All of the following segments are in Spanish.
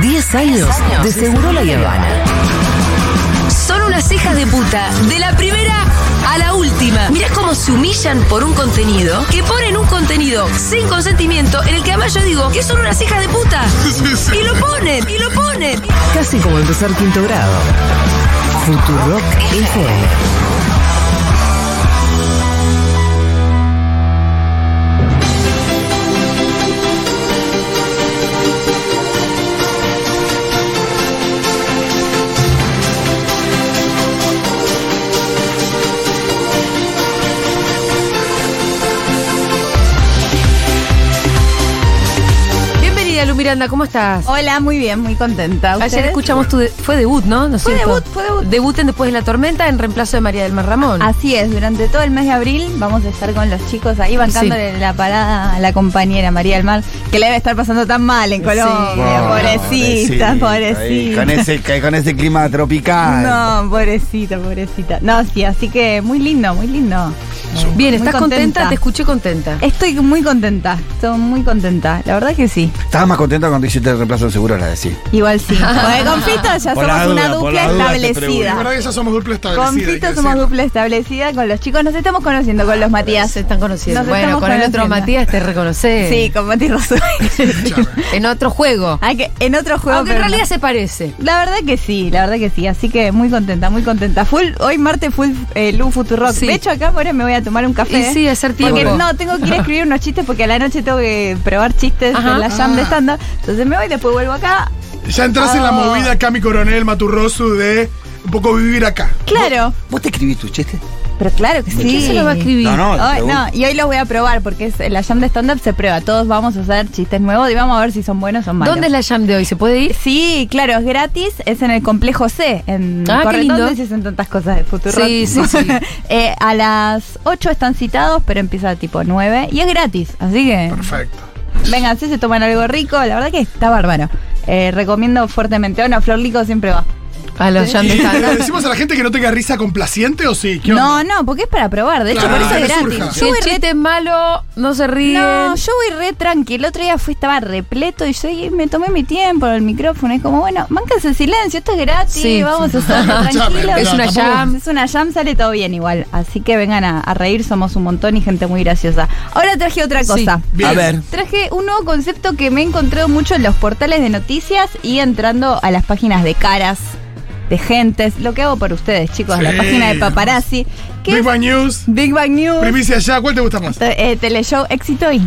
10 años de Seguro La Habana. Son unas hijas de puta, de la primera a la última. Mirá cómo se humillan por un contenido, que ponen un contenido sin consentimiento, en el que además yo digo que son unas hijas de puta. Y lo ponen, y lo ponen. Casi como empezar quinto grado. Futurock FM. Bienvenida, Lu Miranda, ¿cómo estás? Hola, muy bien, muy contenta. Ayer ¿Ustedes? escuchamos tu. de- fue debut, ¿no? ¿No es Fue cierto? debut, fue debut. Debuten después de la tormenta en reemplazo de María del Mar Ramón. Ah, Así es, durante todo el mes de abril vamos a estar con los chicos ahí bancándole la parada a la compañera María del Mar, que la debe estar pasando tan mal en Colombia. Wow, pobrecita, ahí, pobrecita. Con ese, ca- con ese clima tropical. No, pobrecita, pobrecita. No, sí, así que muy lindo, muy lindo. Eh, Bien, muy ¿estás contenta? Te escuché contenta. Eh, Estoy muy contenta, estoy muy contenta. La verdad que sí. Estabas más contento cuando hiciste el reemplazo de seguro, la decís. Igual sí. Porque con Fito ya Por la somos una duda, por la dupla duda te establecida. La verdad que ya somos dupla establecida. Con hay que Fito somos decirlo. dupla establecida, con los chicos nos estamos conociendo, con los Matías. Se están conociendo. Nos bueno, estamos con el otro conociendo. Matías te reconoce. Sí, con Matías Rosu. En otro juego. Hay que, en otro juego. Aunque en pero realidad no. se parece. La verdad que sí, la verdad que sí. Así que muy contenta, muy contenta. Full, hoy martes full eh, Lu Futurock. Sí. De hecho, acá ahora me voy a tomar un café. Y sí, hacer tiempo. Porque no, tengo que ir a escribir unos chistes porque a la noche tengo que probar chistes Ajá. Ah. en la jam de stand Entonces me voy, después vuelvo acá. Ya entras en la Oh. movida Cami Coronel Maturrosu de un poco vivir acá. Claro. ¿Vos te escribís tu chiste? Pero claro que sí. ¿Quién se lo va a escribir? no. Hoy- te no, pregunto. y hoy los voy a probar porque es, en la jam de stand-up se prueba. Todos vamos a hacer chistes nuevos y vamos a ver si son buenos o malos. ¿Dónde es la jam de hoy? ¿Se puede ir? Sí, claro, es gratis, es en el complejo C, en Ah, qué Correntón, lindo. donde se hacen tantas cosas de futuro. Sí, sí, sí. Eh, a las 8 están citados, pero empieza tipo 9 y es gratis, así que Perfecto. vengan, si se toman algo rico, la verdad que está bárbaro. Eh, recomiendo fuertemente, bueno, Flor Lico siempre va. A la jam de ¿Y le stand-up. decimos a la gente que no tenga risa complaciente o sí? ¿Qué No, onda? no, porque es para probar, de hecho Claro, por eso que es surja. gratis. Si Yo el voy re- chiste es malo, no se ríen. no, yo voy re tranqui. El otro día fui, estaba repleto y yo y me tomé mi tiempo, el micrófono. Y como, bueno, mancanse el silencio, esto es gratis, Sí, vamos sí. a estar tranquilos. Es una Tampoco- jam. Es una jam, sale todo bien igual. Así que vengan a, a reír, somos un montón y gente muy graciosa. Ahora traje otra Sí. cosa. Bien. A ver. Traje un nuevo concepto que me he encontrado mucho en los portales de noticias y entrando a las páginas de caras, de gentes, lo que hago por ustedes, chicos, la Sí. página de paparazzi. que Big es Bang News, Big Bang News, Primicia Ya, ¿cuál te gusta más? te- eh, Teleshow, Éxito y...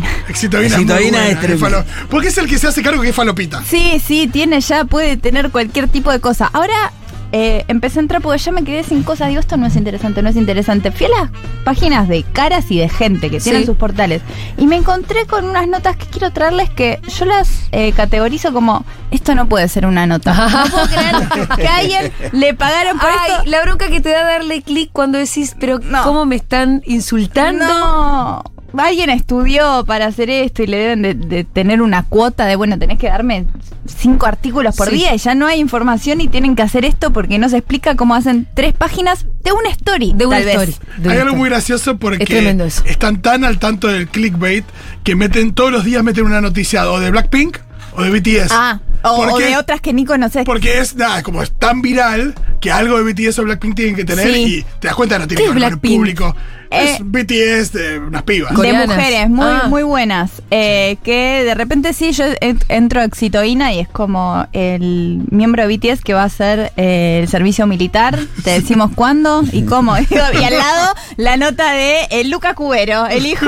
Exitoína Exitoína. muy buena, es tremendo. eh, falo- Porque es el que se hace cargo que es falopita. Sí, sí, tiene ya, puede tener cualquier tipo de cosa. Ahora eh, empecé a entrar porque ya me quedé sin cosas. Digo, esto no es interesante, no es interesante. Fui a las páginas de caras y de gente que tienen Sí. sus portales. Y me encontré con unas notas que quiero traerles que yo las eh, categorizo como, esto no puede ser una nota. No puedo creer que a alguien le pagaron por Ay, esto. la bronca que te da darle clic cuando decís, pero No. ¿cómo me están insultando? No. Alguien estudió para hacer esto y le deben de, de tener una cuota de, bueno, tenés que darme cinco artículos por Sí. día y ya no hay información y tienen que hacer esto porque no se explica cómo hacen tres páginas de una story. De una tal vez. story. de una Hay algo story. muy gracioso porque Es tremendo eso. están tan al tanto del clickbait que meten todos los días meten una noticia o de Blackpink o de BTS. Ah, o, o Porque- de otras que ni conoces. Porque es, nada, como es tan viral que algo de BTS o Blackpink tienen que tener Sí. y te das cuenta, no tiene ¿Qué que es ver con el Blackpink? público. Eh, es BTS de unas pibas. con- De coreanas. mujeres muy, Ah. muy buenas. eh, que de repente sí, yo en- entro a Exitoína y es como el miembro de BTS que va a hacer eh, el servicio militar. Te decimos cuándo y cómo. Y al lado la nota de eh, Luca Cubero, el hijo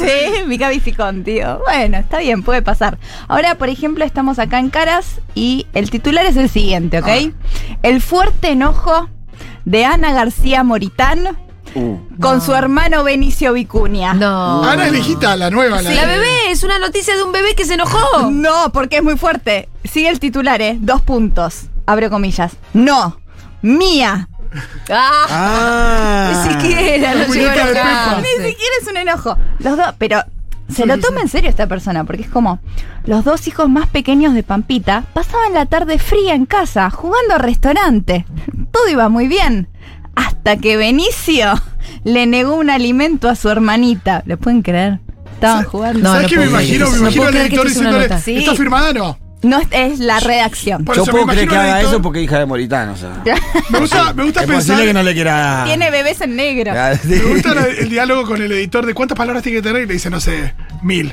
de Mica Viciconti. Digo, Bueno, está bien, puede pasar. Ahora, por ejemplo, estamos acá en Caras y el titular es el siguiente, ¿ok? El fuerte enojo de Ana García Moritán. Con su hermano Benicio Vicuña. No. Ana es la hijita, la nueva. Sí, La bebé, es una noticia de un bebé que se enojó. No, porque es muy fuerte. Sigue el titular, ¿eh? Dos puntos. Abro comillas. No. Mía. Ah, Ah. ni siquiera lo Muñeca llegó a de enojarse. Pepa. Ni siquiera es un enojo. Los dos, pero se lo toma en serio esta persona, porque es como los dos hijos más pequeños de Pampita pasaban la tarde fría en casa, jugando al restaurante. Todo iba muy bien. Hasta que Benicio le negó un alimento a su hermanita. ¿Le pueden creer? Estaban jugando. No, ¿Sabes no qué me puedo creer imagino? que Me eso- no imagino puedo al creer que editor esto es una diciéndole, nota. Sí. ¿está firmada o no? No es, es la redacción. Por Yo eso me puedo creer imagino que un haga editor- eso porque es hija de Moritán, o sea. Me gusta, me gusta Es pensar. posible que no le quiera. Tiene bebés en negro. Ah, sí. Me gusta la- el diálogo con el editor de cuántas palabras tiene que tener y le dice, no sé, mil.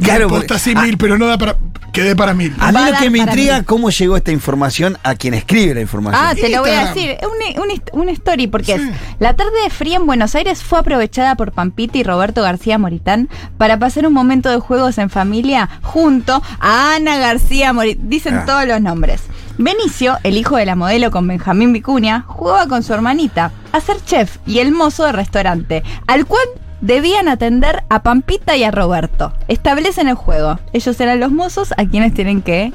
Claro, Posta porque- así ah. mil, pero no da para. Quedé para mil. A mí Va a lo dar que me para intriga mí. cómo llegó esta información a quien escribe la información. Ah, te lo voy a Instagram. decir. Es un- un hist- una story, porque Sí. es. La tarde de fría en Buenos Aires fue aprovechada por Pampita y Roberto García Moritán para pasar un momento de juegos en familia junto a Ana García Moritán. Dicen Ah. todos los nombres. Benicio, el hijo de la modelo con Benjamín Vicuña, jugaba con su hermanita a ser chef y el mozo de restaurante, al cual debían atender a Pampita y a Roberto. Establecen el juego. Ellos eran los mozos a quienes tienen que.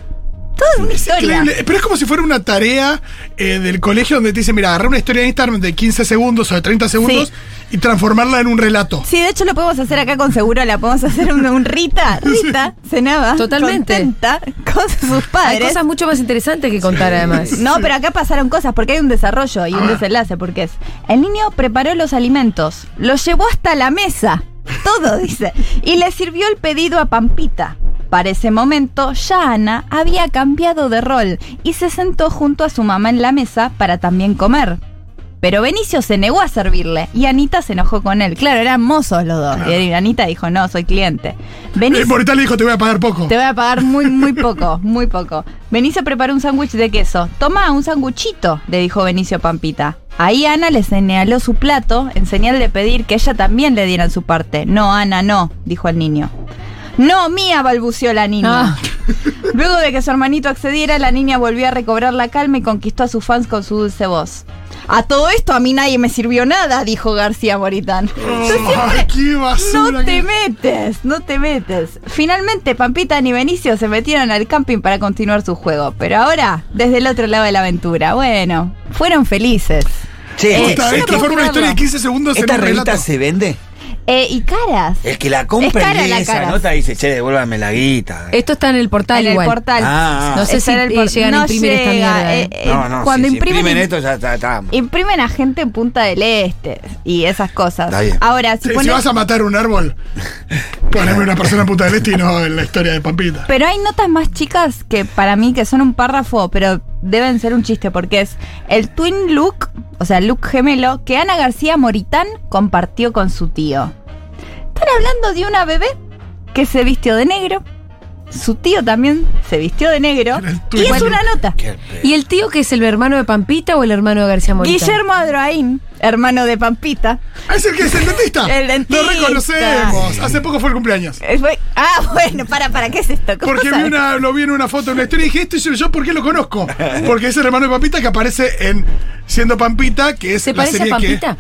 Todo es una historia. Increíble. Pero es como si fuera una tarea eh, del colegio donde te dicen, mira, agarra una historia de Instagram de 15 segundos o de 30 segundos y transformarla en un relato. Sí, de hecho lo podemos hacer acá con seguro, la podemos hacer un, un Rita. Rita cenaba Totalmente. contenta con sus Hay padres. cosas mucho más interesantes que contar, además. No, pero acá pasaron cosas porque hay un desarrollo y un desenlace, porque es, el niño preparó los alimentos, los llevó hasta la mesa, todo dice, y le sirvió el pedido a Pampita. Para ese momento, ya Ana había cambiado de rol y se sentó junto a su mamá en la mesa para también comer. Pero Benicio se negó a servirle y Anita se enojó con él. Claro, eran mozos los dos. Y Anita dijo, no, soy cliente. Eh, Benicio, Moritán le dijo, te voy a pagar poco. te voy a pagar muy, muy poco, muy poco. Benicio preparó un sándwich de queso. Toma un sanguchito, le dijo Benicio a Pampita. Ahí Ana le señaló su plato en señal de pedir que ella también le dieran su parte. No, Ana, no, dijo el niño. No, mía, balbució la niña. Ah. Luego de que su hermanito accediera, la niña volvió a recobrar la calma y conquistó a sus fans con su dulce voz. A todo esto a mí nadie me sirvió nada, dijo García Moritán. Oh, Yo siempre- ay, qué basura. no te que- metes, no te metes. Finalmente, Pampita y Benicio se metieron al camping para continuar su juego, pero ahora, desde el otro lado de la aventura, bueno, fueron felices. Che, Eh, Posta, yo es no que puedo forma una creerlo. historia de 15 segundos ¿esta en un revista relato. se vende? Eh, y caras. El que la compra Es cara y la lee esa cara. nota dice, che, devuélvame la guita. Esto está en el portal en igual. el portal. Ah, ah. No sé Está si, en el eh, portal. llegan a imprimir esta mierda, eh. no, no, cuando si- si imprimen, esto ya está. está. imprimen a gente en Punta del Este y esas cosas. Está bien. Ahora, Sí, si Si, pones- vas a matar un árbol, poneme una persona en Punta del Este y no en la historia de Pampita. Pero hay notas más chicas que para mí que son un párrafo, pero deben ser un chiste porque es el twin look, o sea, look gemelo que Ana García Moritán compartió con su tío. Están hablando de una bebé que se vistió de negro. Su tío también se vistió de negro Era el y twin es look. una nota. Qué pe- ¿Y el tío que es el hermano de Pampita o el hermano de García Moritán? Guillermo Adraín, hermano de Pampita. Ah, Es el que es el dentista. El dentista. Lo reconocemos. Hace poco fue el cumpleaños. Eh, fue- Ah, bueno, para, para, ¿qué es esto? ¿Cómo Porque vi sabes? una, lo vi en una foto, en una historia y dije, este soy yo, ¿por qué lo conozco? Porque es el hermano de Pampita que aparece en Siendo Pampita, que es ¿Se la parece a serie que... Pampita?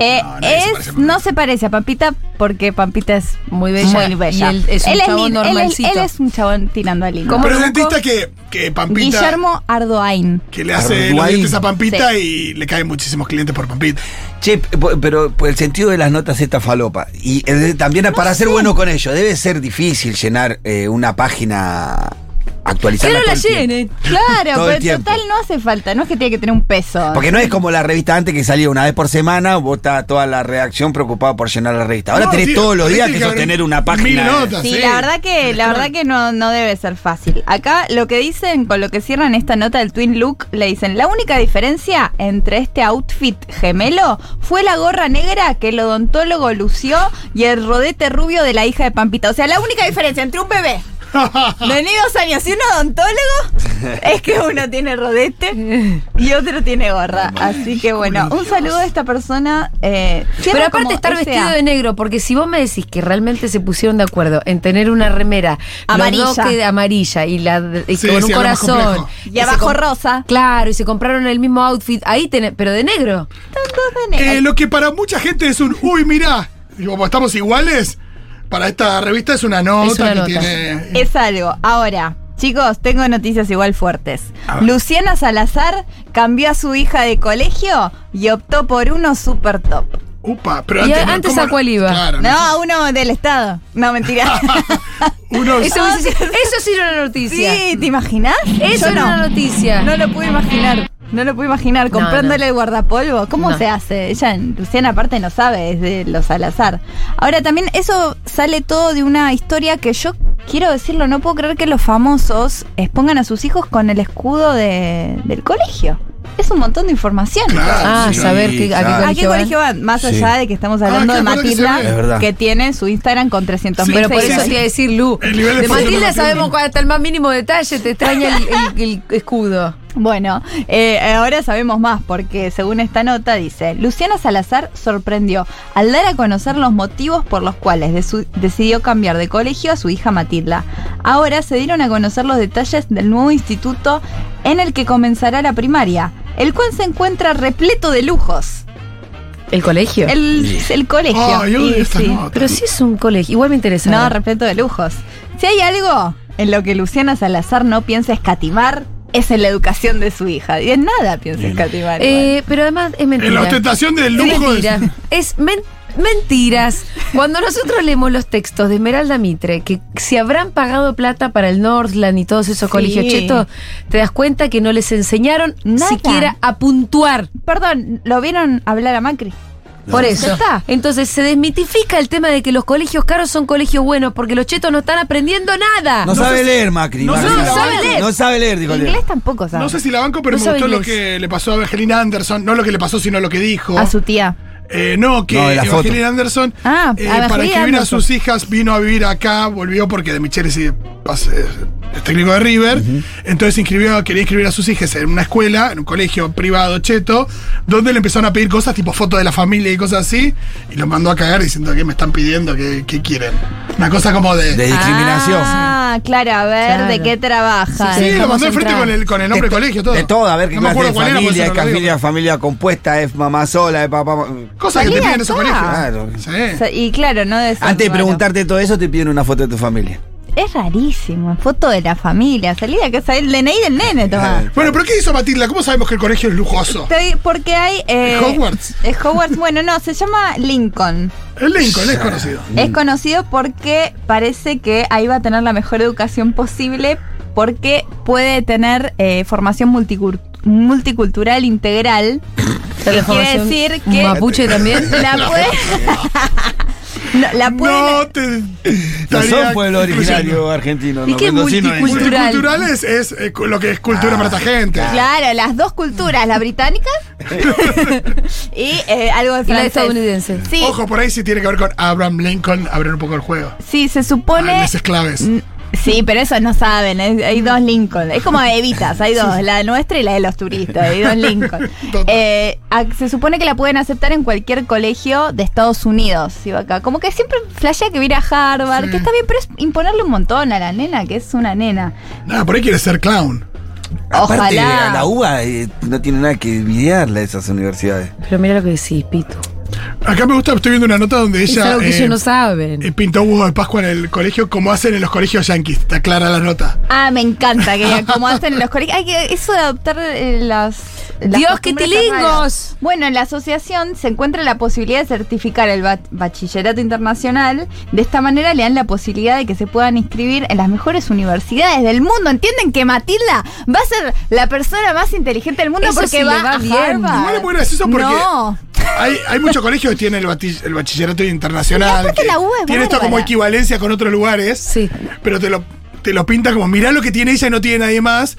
Eh, No, nadie se es, parece a Pampita. no se parece a Pampita porque Pampita es muy bella. Muy bella. Y él es un chabón lindo, él es- normalcito. él es un chabón tirando al lindo. ¿Cómo Pero el lo busco? dentista que, que Pampita... Guillermo Ardoain. Que le hace los Arduain. dientes a Pampita y le caen muchísimos clientes por Pampita. Che, p- po- pero por el sentido de las notas esta falopa. Y eh, también para ser bueno con ello, debe ser difícil llenar eh, una página Que actualizada. no la llenen. Claro, Todo el pero tiempo. total no hace falta, no es que tiene que tener un peso. Porque no es como la revista antes que salía una vez por semana, vos estabas toda la redacción preocupada por llenar la revista. Ahora No, tenés tío, todos los tenés días que que abrir sostener mil una página. notas. Sí, Sí. la verdad que, la verdad que no, no debe ser fácil. Acá lo que dicen, con lo que cierran esta nota del Twin Look, le dicen, la única diferencia entre este outfit gemelo fue la gorra negra que el odontólogo lució y el rodete rubio de la hija de Pampita. O sea, la única diferencia entre un bebé de dos años y un odontólogo es que uno tiene rodete y otro tiene gorra. Así que bueno, un saludo a esta persona. eh, Pero cierra aparte como estar SA. vestido de negro, porque si vos me decís que realmente se pusieron de acuerdo en tener una remera los Amarilla. dos que- amarilla y, la, y Sí, con un sí, algo más corazón complejo. Y se abajo com- rosa. Claro, y se compraron el mismo outfit, ahí tenés, pero de negro. Están dos de negro. Eh, lo que para mucha gente es un, uy, mirá, y como estamos iguales, para esta revista es una nota Es una que nota. Eh, tiene... Es algo. Ahora, chicos, tengo noticias igual fuertes. Luciana Salazar cambió a su hija de colegio y optó por uno super top. Upa, pero Y antes... no, antes ¿cómo a no? cuál iba. Claro, Ah, No, a uno del Estado. No, mentira. Uno Eso, Ah, hubiese- eso sí era una noticia. sí, ¿te imaginas? Eso Yo era una noticia. No lo pude imaginar. No lo pude imaginar. No, Comprándole no. el guardapolvo. ¿Cómo No. se hace? Ella, Luciana, aparte no sabe, es de los Salazar. Ahora también eso sale todo de una historia que yo quiero decirlo, no puedo creer que los famosos expongan a sus hijos con el escudo de- del colegio. Es un montón de información. Ah, saber que- a qué claro. ¿A qué colegio van? Más Sí. allá de que estamos hablando Ah, de qué bueno que se Matilda, ve. Es verdad. que, tiene su Instagram con 300.000 Sí, Pero por sí, eso sí. te iba a decir, Lu. El nivel de De fondo no Matilda me sabemos entiendo. cuál- hasta el más mínimo detalle, te extraña el, el- el escudo. Bueno, eh, ahora sabemos más porque según esta nota dice, Luciana Salazar sorprendió al dar a conocer los motivos por los cuales desu- decidió cambiar de colegio a su hija Matilda. Ahora se dieron a conocer los detalles del nuevo instituto en el que comenzará la primaria, el cual se encuentra repleto de lujos. ¿El colegio? El, el colegio. Ay, odio Y estas sí. notas. Pero sí es un colegio. Igual me interesa. No, repleto de lujos. Si hay algo en lo que Luciana Salazar no piensa escatimar, es en la educación de su hija. Y en nada piensa escatimar. igual. Eh, pero además es mentira. En la ostentación del Es lujo. mentira. Es men- mentiras. Cuando nosotros leemos los textos de Esmeralda Mitre, que se habrán pagado plata para el Northland y todos esos Sí. colegios chetos, te das cuenta que no les enseñaron Nada. siquiera a puntuar. Perdón, ¿lo vieron hablar a Macri? Por Ya eso. está. Entonces se desmitifica el tema de que los colegios caros son colegios buenos porque los chetos no están aprendiendo nada. No sabe leer, Macri. No Macri. sabe No sabe leer. No sabe leer, dijo Leo. Inglés tampoco sabe. No sé si la banco, pero No me gustó sabe lo inglés. que le pasó a Evangelina Anderson. No lo que le pasó, sino lo que dijo. A Oh. su tía. Eh, no, que No, de la foto. Evangelina Anderson, Ah, eh, a Evangelina para escribir a Anderson. sus hijas, vino a vivir acá, volvió porque de Michelle es, es técnico de River. Entonces inscribió, quería inscribir a sus hijas en una escuela, en un colegio privado cheto, donde le empezaron a pedir cosas tipo fotos de la familia y cosas así. Y los mandó a cagar diciendo que me están pidiendo, que, que quieren. Una cosa como de. De discriminación. Ah, claro, a ver Claro. de qué trabaja. sí, lo mandó enfrente entrar. con el, con el nombre de del colegio, todo. De todo, a ver qué no me clase acuerdo de cuál era, por familia, eso es no lo digo, familia, familia compuesta, es mamá sola, es papá. pero- Cosas que te Salía piden en esos colegios. acá. Claro. Sí. Se- Y claro, no de Antes de preguntarte todo eso, te piden una foto de tu familia. Es rarísimo. Foto de la familia. Salida que sale el DNI del nene, tomá. Bueno, pero ¿qué hizo Matilda? ¿Cómo sabemos que el colegio es lujoso? Estoy- porque hay. eh, Hogwarts. Es Hogwarts. Bueno, no, se llama Lincoln. El Lincoln es conocido. Es conocido porque parece que ahí va a tener la mejor educación posible porque puede tener eh, formación multicu- multicultural integral. Quiere Quiere decir que Mapuche también. la puede... No, la pueden- No te. No son estaría pueblo excluyendo. originario argentino. ¿Y no, qué mendocino es. multicultural? Multicultural es, es, eh, cu- lo que es cultura Ah, para esta gente. Claro, las dos culturas, la británica y eh, algo de Y la francés. estadounidense. Sí, Ojo, por ahí sí tiene que ver con Abraham Lincoln, abrir un poco el juego. Ah, sí, se Hay supone... veces claves. Mm, Sí, pero eso no saben. es- Mm. hay dos Lincoln. Es como evitas. Hay dos, la nuestra y la de los turistas. Hay dos Lincoln. Total. Eh, a- se supone que la pueden aceptar en cualquier colegio de Estados Unidos. si va acá. Como que siempre flashea que va a ir a Harvard, Sí. que está bien, pero es imponerle un montón a la nena, que es una nena. Nada, por ahí quiere ser clown. Aparte, Ojalá. la UBA eh, no tiene nada que envidiarle a esas universidades. Pero mira lo que decís, Pitu. Acá me gusta, estoy viendo una nota donde Es ella algo que eh, ellos no saben. eh, pintó huevos de Pascua en el colegio como hacen en los colegios yanquis. Está clara la nota. Ah, me encanta que como hacen en los colegios. Hay que eso de adoptar eh, las. las Dios, costumbres qué es raro. tilingos. Bueno, en la asociación se encuentra la posibilidad de certificar el ba- bachillerato internacional. De esta manera le dan la posibilidad de que se puedan inscribir en las mejores universidades del mundo. ¿Entienden que Matilda va a ser la persona más inteligente del mundo Eso porque sí va, le va a bien. Harvard? Igual es muy gracioso porque- No. Hay, hay muchos colegios que tienen el, bati- el bachillerato internacional. Y aparte que la UBA es tiene esto como bárbara. equivalencia con otros lugares. Sí. Pero te lo, te lo pinta como, mirá lo que tiene ella y no tiene nadie más.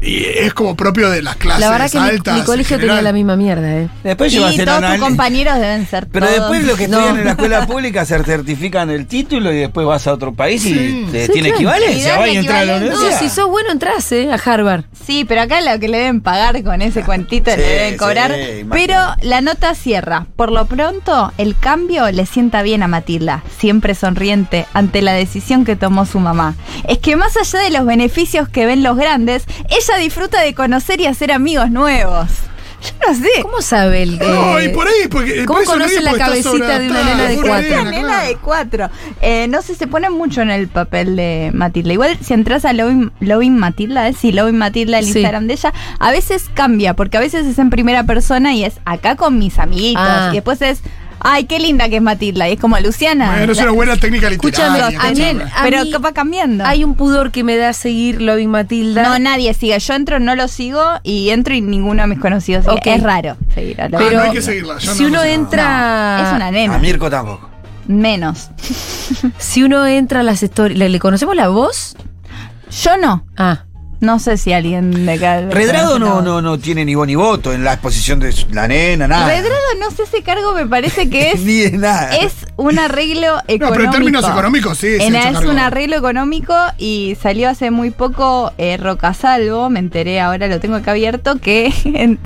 Y es como propio de las clases La verdad que mi- altas. mi, en colegio tenía general. la misma mierda, ¿eh? Después llevas Y el todos tus anal- compañeros deben ser Pero todos. después los que No. estudian en la escuela pública se certifican el título y después vas a otro país Sí. y te Sí, tiene claro. Y dan equivalencia. Va y la entra a la equivalencia. No, universidad. si sos bueno entras, ¿eh? A Harvard. Sí, pero acá lo que le deben pagar con ese cuentito Sí, le deben cobrar. sí, imagínate. pero la nota cierra. Por lo pronto, el cambio le sienta bien a Matilda, siempre sonriente ante la decisión que tomó su mamá. Es que más allá de los beneficios que ven los grandes, ella disfruta de conocer y hacer amigos nuevos. Yo no sé. ¿Cómo sabe el.? No, eh, y por ahí, porque. ¿Cómo por eso no conoce digo, la porque está cabecita de una sobreadaptada, nena de pobre cuatro? Una nena, nena claro. de cuatro. Eh, no sé, se pone mucho en el papel de Matilda. Igual si entras a Loving, Loving Matilda, eh, sí, Loving Matilda, el Sí. Instagram de ella, a veces cambia, porque a veces es en primera persona y es acá con mis amiguitos. Ah. Y después es, ay, qué linda que es Matilda. Y es como Luciana. Bueno, es la- una buena técnica literaria. Escúchame, a mí- escúchame. a pero mí va cambiando. Hay un pudor que me da seguir Loving Matilda. no, nadie sigue. Yo entro, no lo sigo y entro y ninguno de mis conocidos. sigue. Ok. Es raro seguir a Loving Ah, pero no hay que seguirla, yo si no, uno no, no. entra. No, es una A nena. Mirko tampoco. menos. Si uno entra a las historias. ¿Le, le conocemos la voz? Yo no. Ah. No sé si alguien de acá. Redrado no, no, no tiene ni voz ni voto en la exposición de la nena, nada. Redrado no sé ese cargo, me parece que es. ni de nada. Es un arreglo económico. No, pero en términos económicos sí. se En- ha hecho es cargo. un arreglo económico y salió hace muy poco eh, Rocasalvo, me enteré ahora, lo tengo acá abierto, que en-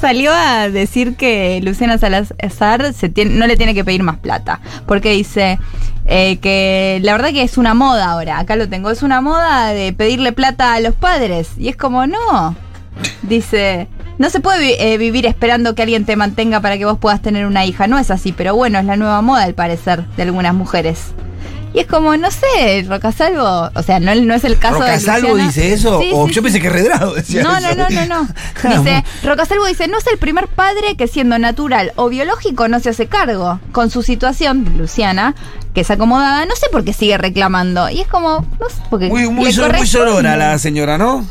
salió a decir que Luciana Salazar se tiene- no le tiene que pedir más plata, porque dice eh, que la verdad que es una moda ahora, acá lo tengo, es una moda de pedirle plata a los padres y es como no, dice... No se puede vi- eh, vivir esperando que alguien te mantenga para que vos puedas tener una hija. No es así, pero bueno, es la nueva moda al parecer de algunas mujeres. Y es como, no sé, Rocasalvo, o sea, no, no es el caso ¿Rocasalvo de Luciana. dice eso? Sí, o sí, sí. yo pensé que Redrado decía No, eso. Ah, no, no, no, no. Dice, Rocasalvo dice, no es el primer padre que siendo natural o biológico no se hace cargo. Con su situación, Luciana, que es acomodada, no sé por qué sigue reclamando. Y es como, no sé, porque Muy, muy, le sor- muy corresponde. sorora la señora, ¿no?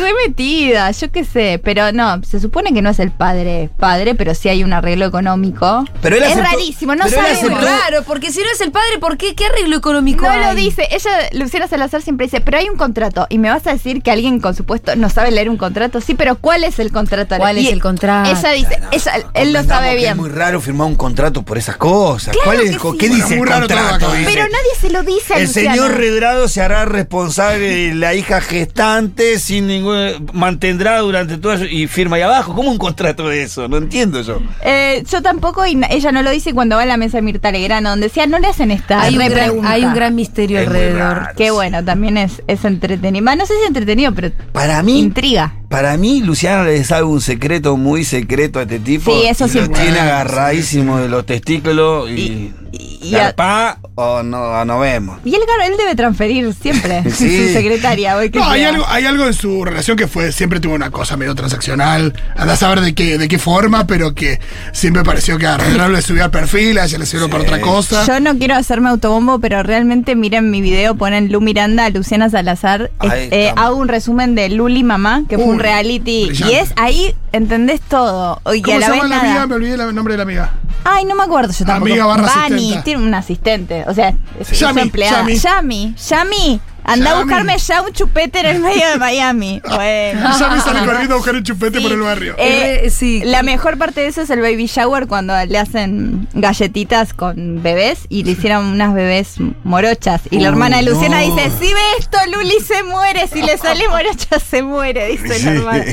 Remetida, yo qué sé, pero no, se supone que no es el padre, padre, pero sí hay un arreglo económico. Pero él es aceptó- rarísimo, no pero él sabemos. Ah, aceptó- Claro, porque si no es el padre, ¿por qué? ¿Qué arreglo económico No lo hay? dice, ella, Luciana Salazar siempre dice, pero hay un contrato y me vas a decir que alguien con su puesto no sabe leer un contrato, sí, pero ¿cuál es el contrato? ¿Cuál Y es el Ah, contrato? Ella dice, ella, él lo Comprendamos que sabe bien. Es muy raro firmar un contrato por esas cosas. Claro ¿Cuál es que el co- sí. ¿Qué Bueno, dice muy el raro todo contrato? acá. Dice, Pero nadie se lo dice a el Luciana. señor Redrado se hará responsable de la hija gestante sin ningún mantendrá durante toda su- y firma ahí abajo. ¿Cómo un contrato de eso? No entiendo yo. Eh, yo tampoco, y na- ella no lo dice cuando va a la mesa de Mirta Legrano, donde decía, no le hacen esta Hay un, gran, repregunta". hay un gran misterio Es muy alrededor. raro. Qué bueno, también es, es entretenido. Bah, No sé si es entretenido, pero Para mí, intriga. Para mí, Luciana le sabe un secreto muy secreto a este tipo. Sí, eso y Lo sí. tiene agarradísimo de los testículos y. Y- y- y a- ¿Garpá o no, o no vemos? Y él, claro, él debe transferir siempre Sí. su secretaria. hoy que No, hay sea. algo, hay algo en su relación que fue, siempre tuvo una cosa medio transaccional, anda a saber de qué, de qué forma, pero que siempre pareció que a Redrado le subía el perfil, a ella le sirvió para otra cosa. Yo no quiero hacerme autobombo, pero realmente miren mi video, ponen Lu Miranda, Luciana Salazar. Es- Ahí eh, estamos. hago un resumen de Luli Mamá, que fue Uy, un reality. brillante. Y es ahí, entendés todo. Y ¿Cómo a la se vez llama la nada. amiga? Me olvidé la- el nombre de la amiga. Ay, no me acuerdo yo tampoco. Amiga barra Vani, asistenta. tiene un asistente. O sea, es Sí. su Yami, empleada. Yami. Yami, Yami. Anda a Yami. buscarme ya un chupete en el medio de Miami. Bueno. Ya me sale corriendo a buscar un chupete Sí. por el barrio. Eh, Eh, sí. La mejor parte de eso es el baby shower cuando le hacen galletitas con bebés y le hicieron unas bebés morochas. Y la Uh, hermana de Luciana no. dice, si ve esto, Luli se muere, si le sale morocha se muere, dice la hermana.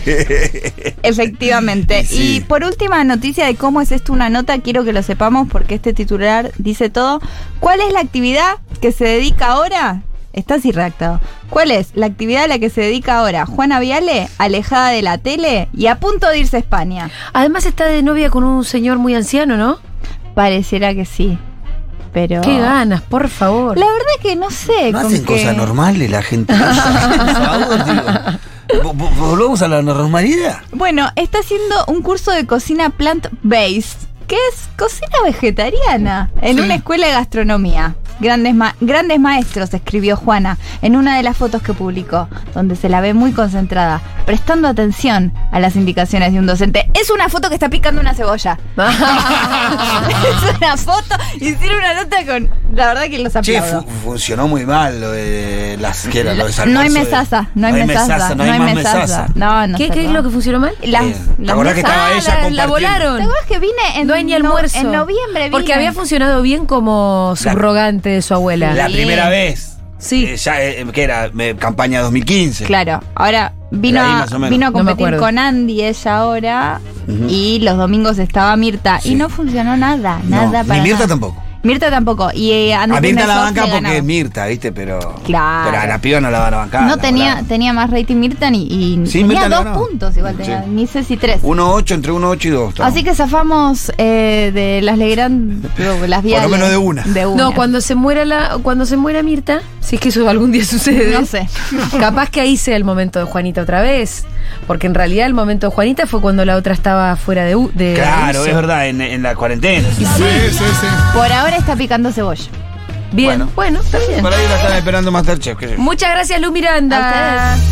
Efectivamente. Sí. Y por última noticia de cómo es esto una nota, quiero que lo sepamos porque este titular dice todo. ¿Cuál es la actividad que se dedica ahora? Está así redactado. ¿Cuál es la actividad a la que se dedica ahora? Juana Viale, alejada de la tele y a punto de irse a España. Además está de novia con un señor muy anciano, ¿no? Pareciera que sí. Pero. Qué ganas, por favor. La verdad que no sé. No Eh, con hacen qué- cosas normales la gente. Por favor, digo. Vo- vo- Volvamos a la normalidad. Bueno, está haciendo un curso de cocina plant-based, que es cocina vegetariana, en una escuela de gastronomía. Grandes, ma- grandes maestros, escribió Juana en una de las fotos que publicó, donde se la ve muy concentrada, prestando atención a las indicaciones de un docente. Es una foto que está picando una cebolla. es una foto, hicieron una nota con... La verdad que los Che, aplaudo. fu- funcionó muy mal lo de las que era lo de No hay Sarkozy. mesaza, no hay mesaza, no hay más mesaza. No, no ¿Qué, sé qué es cómo. lo que funcionó mal? Las, Eh, ¿te las acordás que mesas- estaba Ah, la- ella la, compartiendo? volaron. ¿Te acuerdas que vine en no hay ni no- almuerzo. En noviembre vine. Porque había funcionado bien como subrogante de su abuela. La Sí. primera vez. Sí. Eh, ya, eh, que era eh, campaña 2015. Claro, ahora vino, Era ahí a, más o menos. vino a No me competir acuerdo. con Andy ella ahora Ujú. y los domingos estaba Mirta Sí. y no funcionó nada, No, nada ni para Mirta nada. tampoco. Mirta tampoco. Y eh, Andy A Mirta Kuznetsov la le banca ganaba. porque es Mirta, ¿viste? Pero, Claro. pero a la piba no la van a bancar. no la tenía, volada. tenía más rating Mirta ni, y Sí, tenía Mirta le dos ganaba. puntos igual tenía, Sí. ni sé si tres. 1-8, entre 1-8 y 2. Así que zafamos eh, de las Legrand, digo, las viales. menos de una. De una. No, cuando se muera la, cuando se muera Mirta, si es que eso algún día sucede. No sé. Capaz que ahí sea el momento de Juanita otra vez. Porque en realidad el momento de Juanita fue cuando la otra estaba fuera de, u- de Claro, uso. es verdad, en, en la cuarentena. Sí, sí, sí. Por ahora está picando cebolla. Bien, bueno, está bien. Por ahí la están esperando Masterchef. qué sé yo. Muchas gracias, Lu Miranda. A ustedes.